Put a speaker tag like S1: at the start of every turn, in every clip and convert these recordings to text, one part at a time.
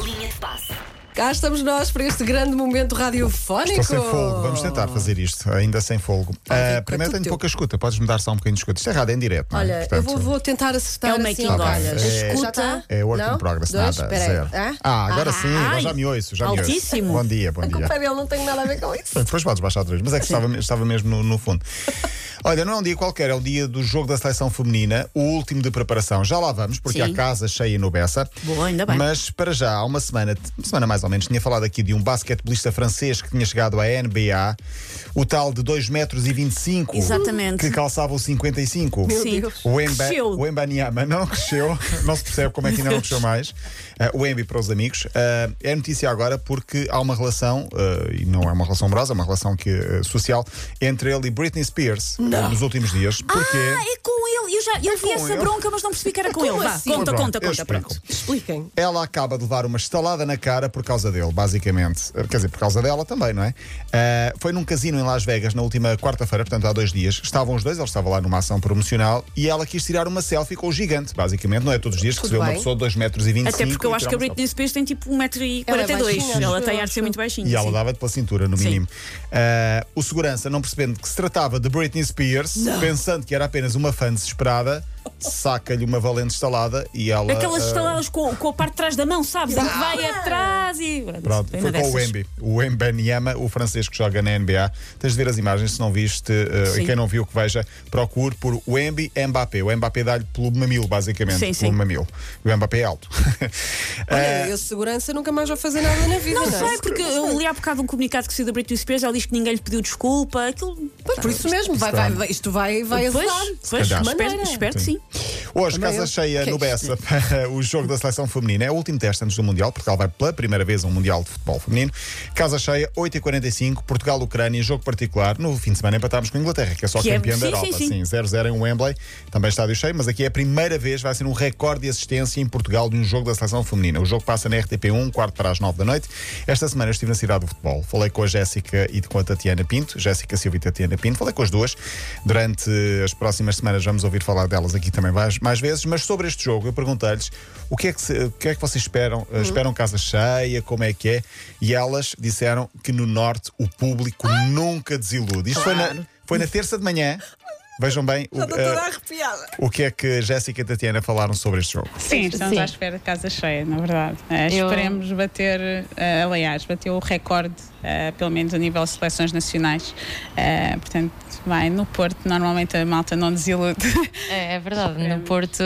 S1: Linha de passe.
S2: Cá estamos nós para este grande momento radiofónico.
S3: Estou é sem fogo, vamos tentar fazer isto, ainda sem fogo. Ah,
S2: é
S3: primeiro
S2: tudo
S3: tenho
S2: teu.
S3: pouca escuta, podes mudar só um bocadinho de escuta. Isto é errado, é em direto. não é?
S2: Olha, eu
S3: Portanto,
S2: vou, vou tentar acertar
S4: É o
S2: assim.
S4: making of.
S2: olha,
S3: É-
S2: escuta.
S4: Já
S3: É work in
S2: Não?
S3: progress,
S2: Dois?
S3: nada,
S2: Espera aí.
S3: zero.
S2: Hã?
S3: Ah, agora sim, agora
S4: Ai,
S3: já me ouço, já me
S4: altíssimo.
S3: ouço. Bom dia, bom
S2: A
S3: dia.
S2: culpa é dele, não tenho nada a ver com isso.
S3: Depois podes baixar outra vez, mas é que estava, estava mesmo no, no fundo. Olha, não é um dia qualquer, é o dia do jogo da seleção feminina, o último de preparação. Já lá vamos, porque
S4: Sim.
S3: há casa cheia no Bessa.
S4: Boa, ainda bem.
S3: Mas para já, há uma semana, uma semana mais ou menos, tinha falado aqui de um basquetebolista francês que tinha chegado à NBA, o tal de 2,25 metros, e 25,
S4: Exatamente.
S3: que calçava o 55.
S2: Meu
S4: Sim.
S2: Deus.
S3: O, Emba,
S4: Cresceu.
S3: o Embanyama não cresceu, não se percebe como é que ainda não cresceu mais. Ah, o Embi para os amigos. Ah, é notícia agora porque há uma relação, ah, e não é uma relação amorosa, é uma relação que, ah, social, entre ele e Britney Spears ah, nos últimos dias. Porque.
S4: Ah, é com ele. Eu já eu vi
S3: com
S4: essa
S3: ele. É
S4: bronca, mas não percebi que era com
S2: Como
S4: ele. Vá,
S2: assim?
S4: Conta,
S3: Pronto,
S4: conta,
S3: eu
S4: conta.
S3: explico.
S4: Pronto.
S2: Expliquem.
S3: Ela acaba de levar uma estalada na cara por causa dele, basicamente. Eh, Quer dizer, por causa dela também, não é? Eh, foi num casino em Las Vegas na última quarta-feira, portanto há dois dias. Estavam os dois, ela estava lá numa ação promocional e ela quis tirar uma selfie com o gigante, basicamente. Não é todos os dias que
S2: Tudo
S3: se vê uma
S2: bem.
S3: pessoa de 2,25 metros. E vinte e
S4: Até
S3: cinco
S4: porque eu
S3: e
S4: acho
S3: tirar
S4: que a
S3: uma selfie.
S4: Britney Spears tem tipo 1,42m.
S2: Ela é
S4: Ela,
S2: baixinha,
S4: ela tem
S2: eu
S4: ar de ser muito baixinha.
S3: E ela
S4: sim.
S3: dava-te pela cintura, no
S4: Sim.
S3: mínimo. Eh, o segurança, não percebendo que se tratava de Britney Spears, pensando que era apenas uma fã desesperada, saca-lhe uma valente estalada e ela.
S4: Aquelas
S3: eh,
S4: estaladas com, com a parte de trás da mão, sabes? Em que vai atrás e.
S3: Pronto,
S4: Tem
S3: foi
S4: uma
S3: com o
S4: dessas.
S3: Wemby. O Embanyama, o francês que joga na NBA. Tens de ver as imagens, se não viste, eh,
S4: Sim.
S3: quem não viu que veja, procure por Wemby Mbappé. O Mbappé dá-lhe pelo mamilo, basicamente.
S4: Sim,
S3: pelo
S4: sim.
S3: mamilo. E o Mbappé é alto. É.
S2: Olha, eu segurança nunca mais vou fazer nada na vida. Não, é?
S4: Sei, porque eu li há bocado um comunicado que saiu da Britney Spears, ela diz que ninguém lhe pediu desculpa. Aquilo.
S2: Pois, por isso mesmo, vai, vai, vai- isto vai, vai
S4: Pois,
S2: azedar.
S4: pois,
S3: calhar.
S4: espero, espero que sim.
S3: Ah, Hoje,
S2: Também
S3: casa
S2: eu.
S3: cheia
S2: Que
S3: no
S2: é isto?
S3: Bessa para o jogo da seleção feminina. É o último teste antes do Mundial. Portugal vai pela primeira vez a um Mundial de Futebol Feminino. Casa cheia, 8h45, Portugal-Ucrânia, jogo particular. No fim de semana empatámos com a Inglaterra, que é só
S4: Que é-
S3: campeã da
S4: sim,
S3: Europa.
S4: sim, sim.
S3: 0-0 em Wembley, também estádio cheio, mas aqui é a primeira vez, vai ser um recorde de assistência em Portugal de um jogo da seleção feminina. O jogo passa na RTP1, quarto para as 9 da noite. Esta semana eu estive na cidade do futebol. Falei com a Jéssica e com a Tatiana Pinto, Jéssica Silva e Tatiana Pinto. Falei com as duas. Durante as próximas semanas vamos ouvir falar delas aqui também mais, mais vezes, mas sobre este jogo eu perguntei-lhes o que é que, se- o que é que vocês esperam? Eh, Esperam casa cheia? Como é que é? E elas disseram que no Norte o público nunca desilude. Isto foi, na, foi na terça de manhã. Vejam bem o,
S2: Estou
S3: eh,
S2: toda arrepiada.
S3: o que é que Jéssica e Tatiana falaram sobre este jogo.
S5: Sim, estamos à espera de casa cheia, na verdade. Eh,
S6: Eu-
S5: Esperemos bater, eh, aliás, bateu o recorde, eh, pelo menos a nível de seleções nacionais. Eh, portanto, vai, no Porto normalmente a malta não desilude.
S6: É, é verdade, no Porto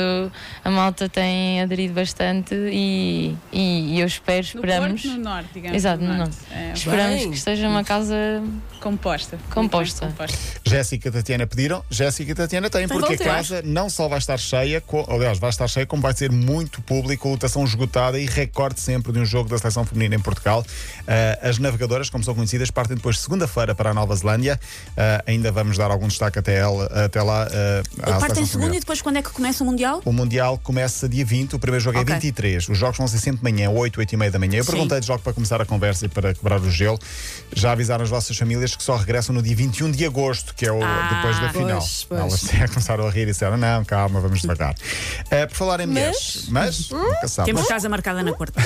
S6: a malta tem aderido bastante e, e, e eu espero,
S5: No
S6: esperamos.
S5: Porto, no Norte, digamos.
S6: Exato, no Norte.
S5: Eh,
S6: Esperamos
S2: Bem.
S6: que esteja uma casa.
S5: composta. Muito bem,
S6: Composta.
S3: Jéssica e Tatiana pediram, Jéssica e Tatiana têm, porque a
S2: ter.
S3: casa não só vai estar cheia, co- aliás, vai estar cheia, como vai ser muito público, lotação esgotada e recorde sempre de um jogo da seleção feminina em Portugal. Ah, as navegadoras, como são conhecidas, partem depois segunda-feira para a Nova Zelândia. Ah, ainda vamos dar algum destaque até, ela, até lá. ah, à
S4: Ele parte
S3: seleção
S4: em segundo
S3: feminina.
S4: e depois quando é que começa o Mundial?
S3: O Mundial começa dia 20, o primeiro jogo
S4: Ok.
S3: é 23. Os jogos vão ser sempre de manhã, 8, 8 e meia da manhã. Eu
S4: Sim.
S3: perguntei de jogo para começar a conversa e para quebrar o gelo. Já avisaram as vossas famílias que só regressam no dia 21 de agosto, que é o
S4: Ah,
S3: depois da final.
S2: pois, pois.
S3: Elas até começaram a rir e disseram: não, calma, vamos devagar. Eh, por falar em mulheres, mas, nunca se sabe.
S4: Hum? Temos
S3: Mas-
S4: casa marcada na quarta.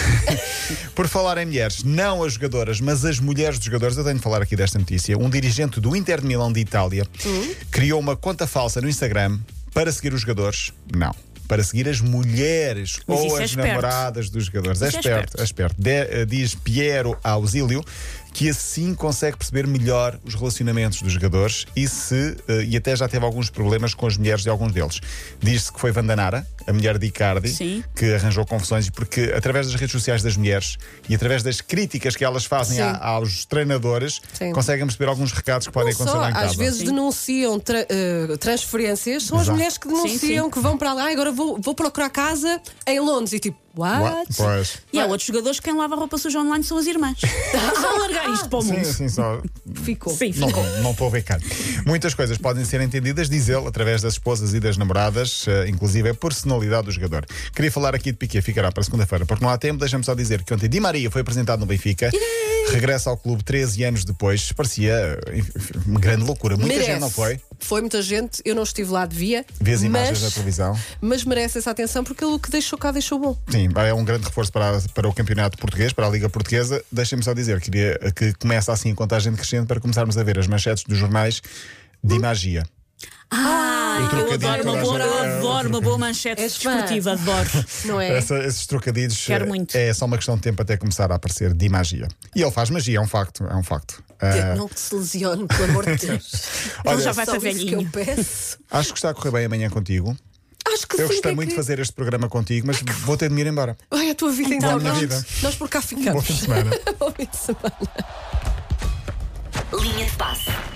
S3: por falar em mulheres, não as jogadoras, mas as mulheres dos jogadores, eu tenho de falar aqui desta notícia. Um dirigente do Inter de Milão de Itália
S4: Hum?
S3: criou uma conta falsa no Instagram para seguir os jogadores. Não. Para seguir as mulheres
S4: Mas
S3: ou
S4: isso é
S3: as
S4: esperto.
S3: namoradas dos jogadores.
S4: Isso
S3: é
S4: é
S3: esperto, é esperto. De- eh, diz Piero Auxílio que assim consegue perceber melhor os relacionamentos dos jogadores e se eh, e até já teve alguns problemas com as mulheres de alguns deles. Diz-se que foi Vandanara, a mulher de Icardi,
S4: Sim.
S3: que arranjou confusões, porque através das redes sociais das mulheres e através das críticas que elas fazem
S2: Sim.
S3: a- aos treinadores,
S2: Sim.
S3: conseguem perceber alguns recados que podem
S2: Não
S3: acontecer
S2: só,
S3: lá em casa.
S2: às vezes denunciam tra- eh, transferências, são as
S3: Exato.
S2: mulheres que denunciam
S4: sim.
S2: que vão para lá, agora vou, vou procurar casa em Londres e tipo, what?
S3: Ué, Pois.
S4: E há outros jogadores que quem lava roupa suja online são as irmãs. Só largar isto
S2: oh,
S4: para o
S3: Sim,
S4: mundo.
S3: sim, só.
S2: Ficou.
S4: Sim,
S3: Não, não estou a ver cá. Muitas coisas podem ser entendidas, diz ele, através das esposas e das namoradas, eh, inclusive a personalidade do jogador. Queria falar aqui de Piquet, ficará para segunda-feira, porque não há tempo. Deixa-me só dizer que ontem Di Maria foi apresentado no Benfica regressa ao clube 13 anos depois. Parecia enfim, uma grande loucura. Muita
S2: merece.
S3: gente não foi.
S2: Foi muita gente, eu não estive lá, devia.
S3: Vês imagens
S2: mas,
S3: na televisão.
S2: Mas merece essa atenção porque o que deixou cá deixou bom.
S3: Sim, é um grande reforço para, para o campeonato português, para a Liga Portuguesa. Deixem-me só dizer, queria que começa assim em contagem decrescente para começarmos a ver as manchetes dos jornais
S2: Hum.
S3: de magia.
S4: Ah,
S3: O
S4: eu
S3: trocadilho
S4: adoro
S3: que
S4: uma
S3: toda a
S4: boa,
S3: gente- é, o
S4: eu adoro uma boa manchete
S2: És fã.
S4: desportiva, adoro.
S2: Não é?
S3: Essa- esses trocadilhos
S4: Quero
S3: eh,
S4: muito.
S3: é só uma questão de tempo até começar a aparecer de magia. E ele faz magia, é um facto, é um facto. Ah,
S2: Não se lesione, pelo amor de Deus.
S3: Olha,
S4: Ele já vai
S2: Só
S4: estar
S2: isso que eu
S4: velhinho.
S2: peço.
S3: acho que está a correr bem amanhã contigo.
S2: Acho que
S3: Eu
S2: sim.
S3: gostei
S2: é
S3: muito de
S2: que-
S3: fazer este programa contigo, mas vou ter de me ir embora.
S2: Ai, a tua vida
S4: Então,
S2: então.
S4: Boa minha
S2: nós,
S3: vida.
S2: nós por cá
S3: Bom
S2: ficamos.
S3: fim de semana.
S2: Bom fim de semana.
S1: Linha de passe.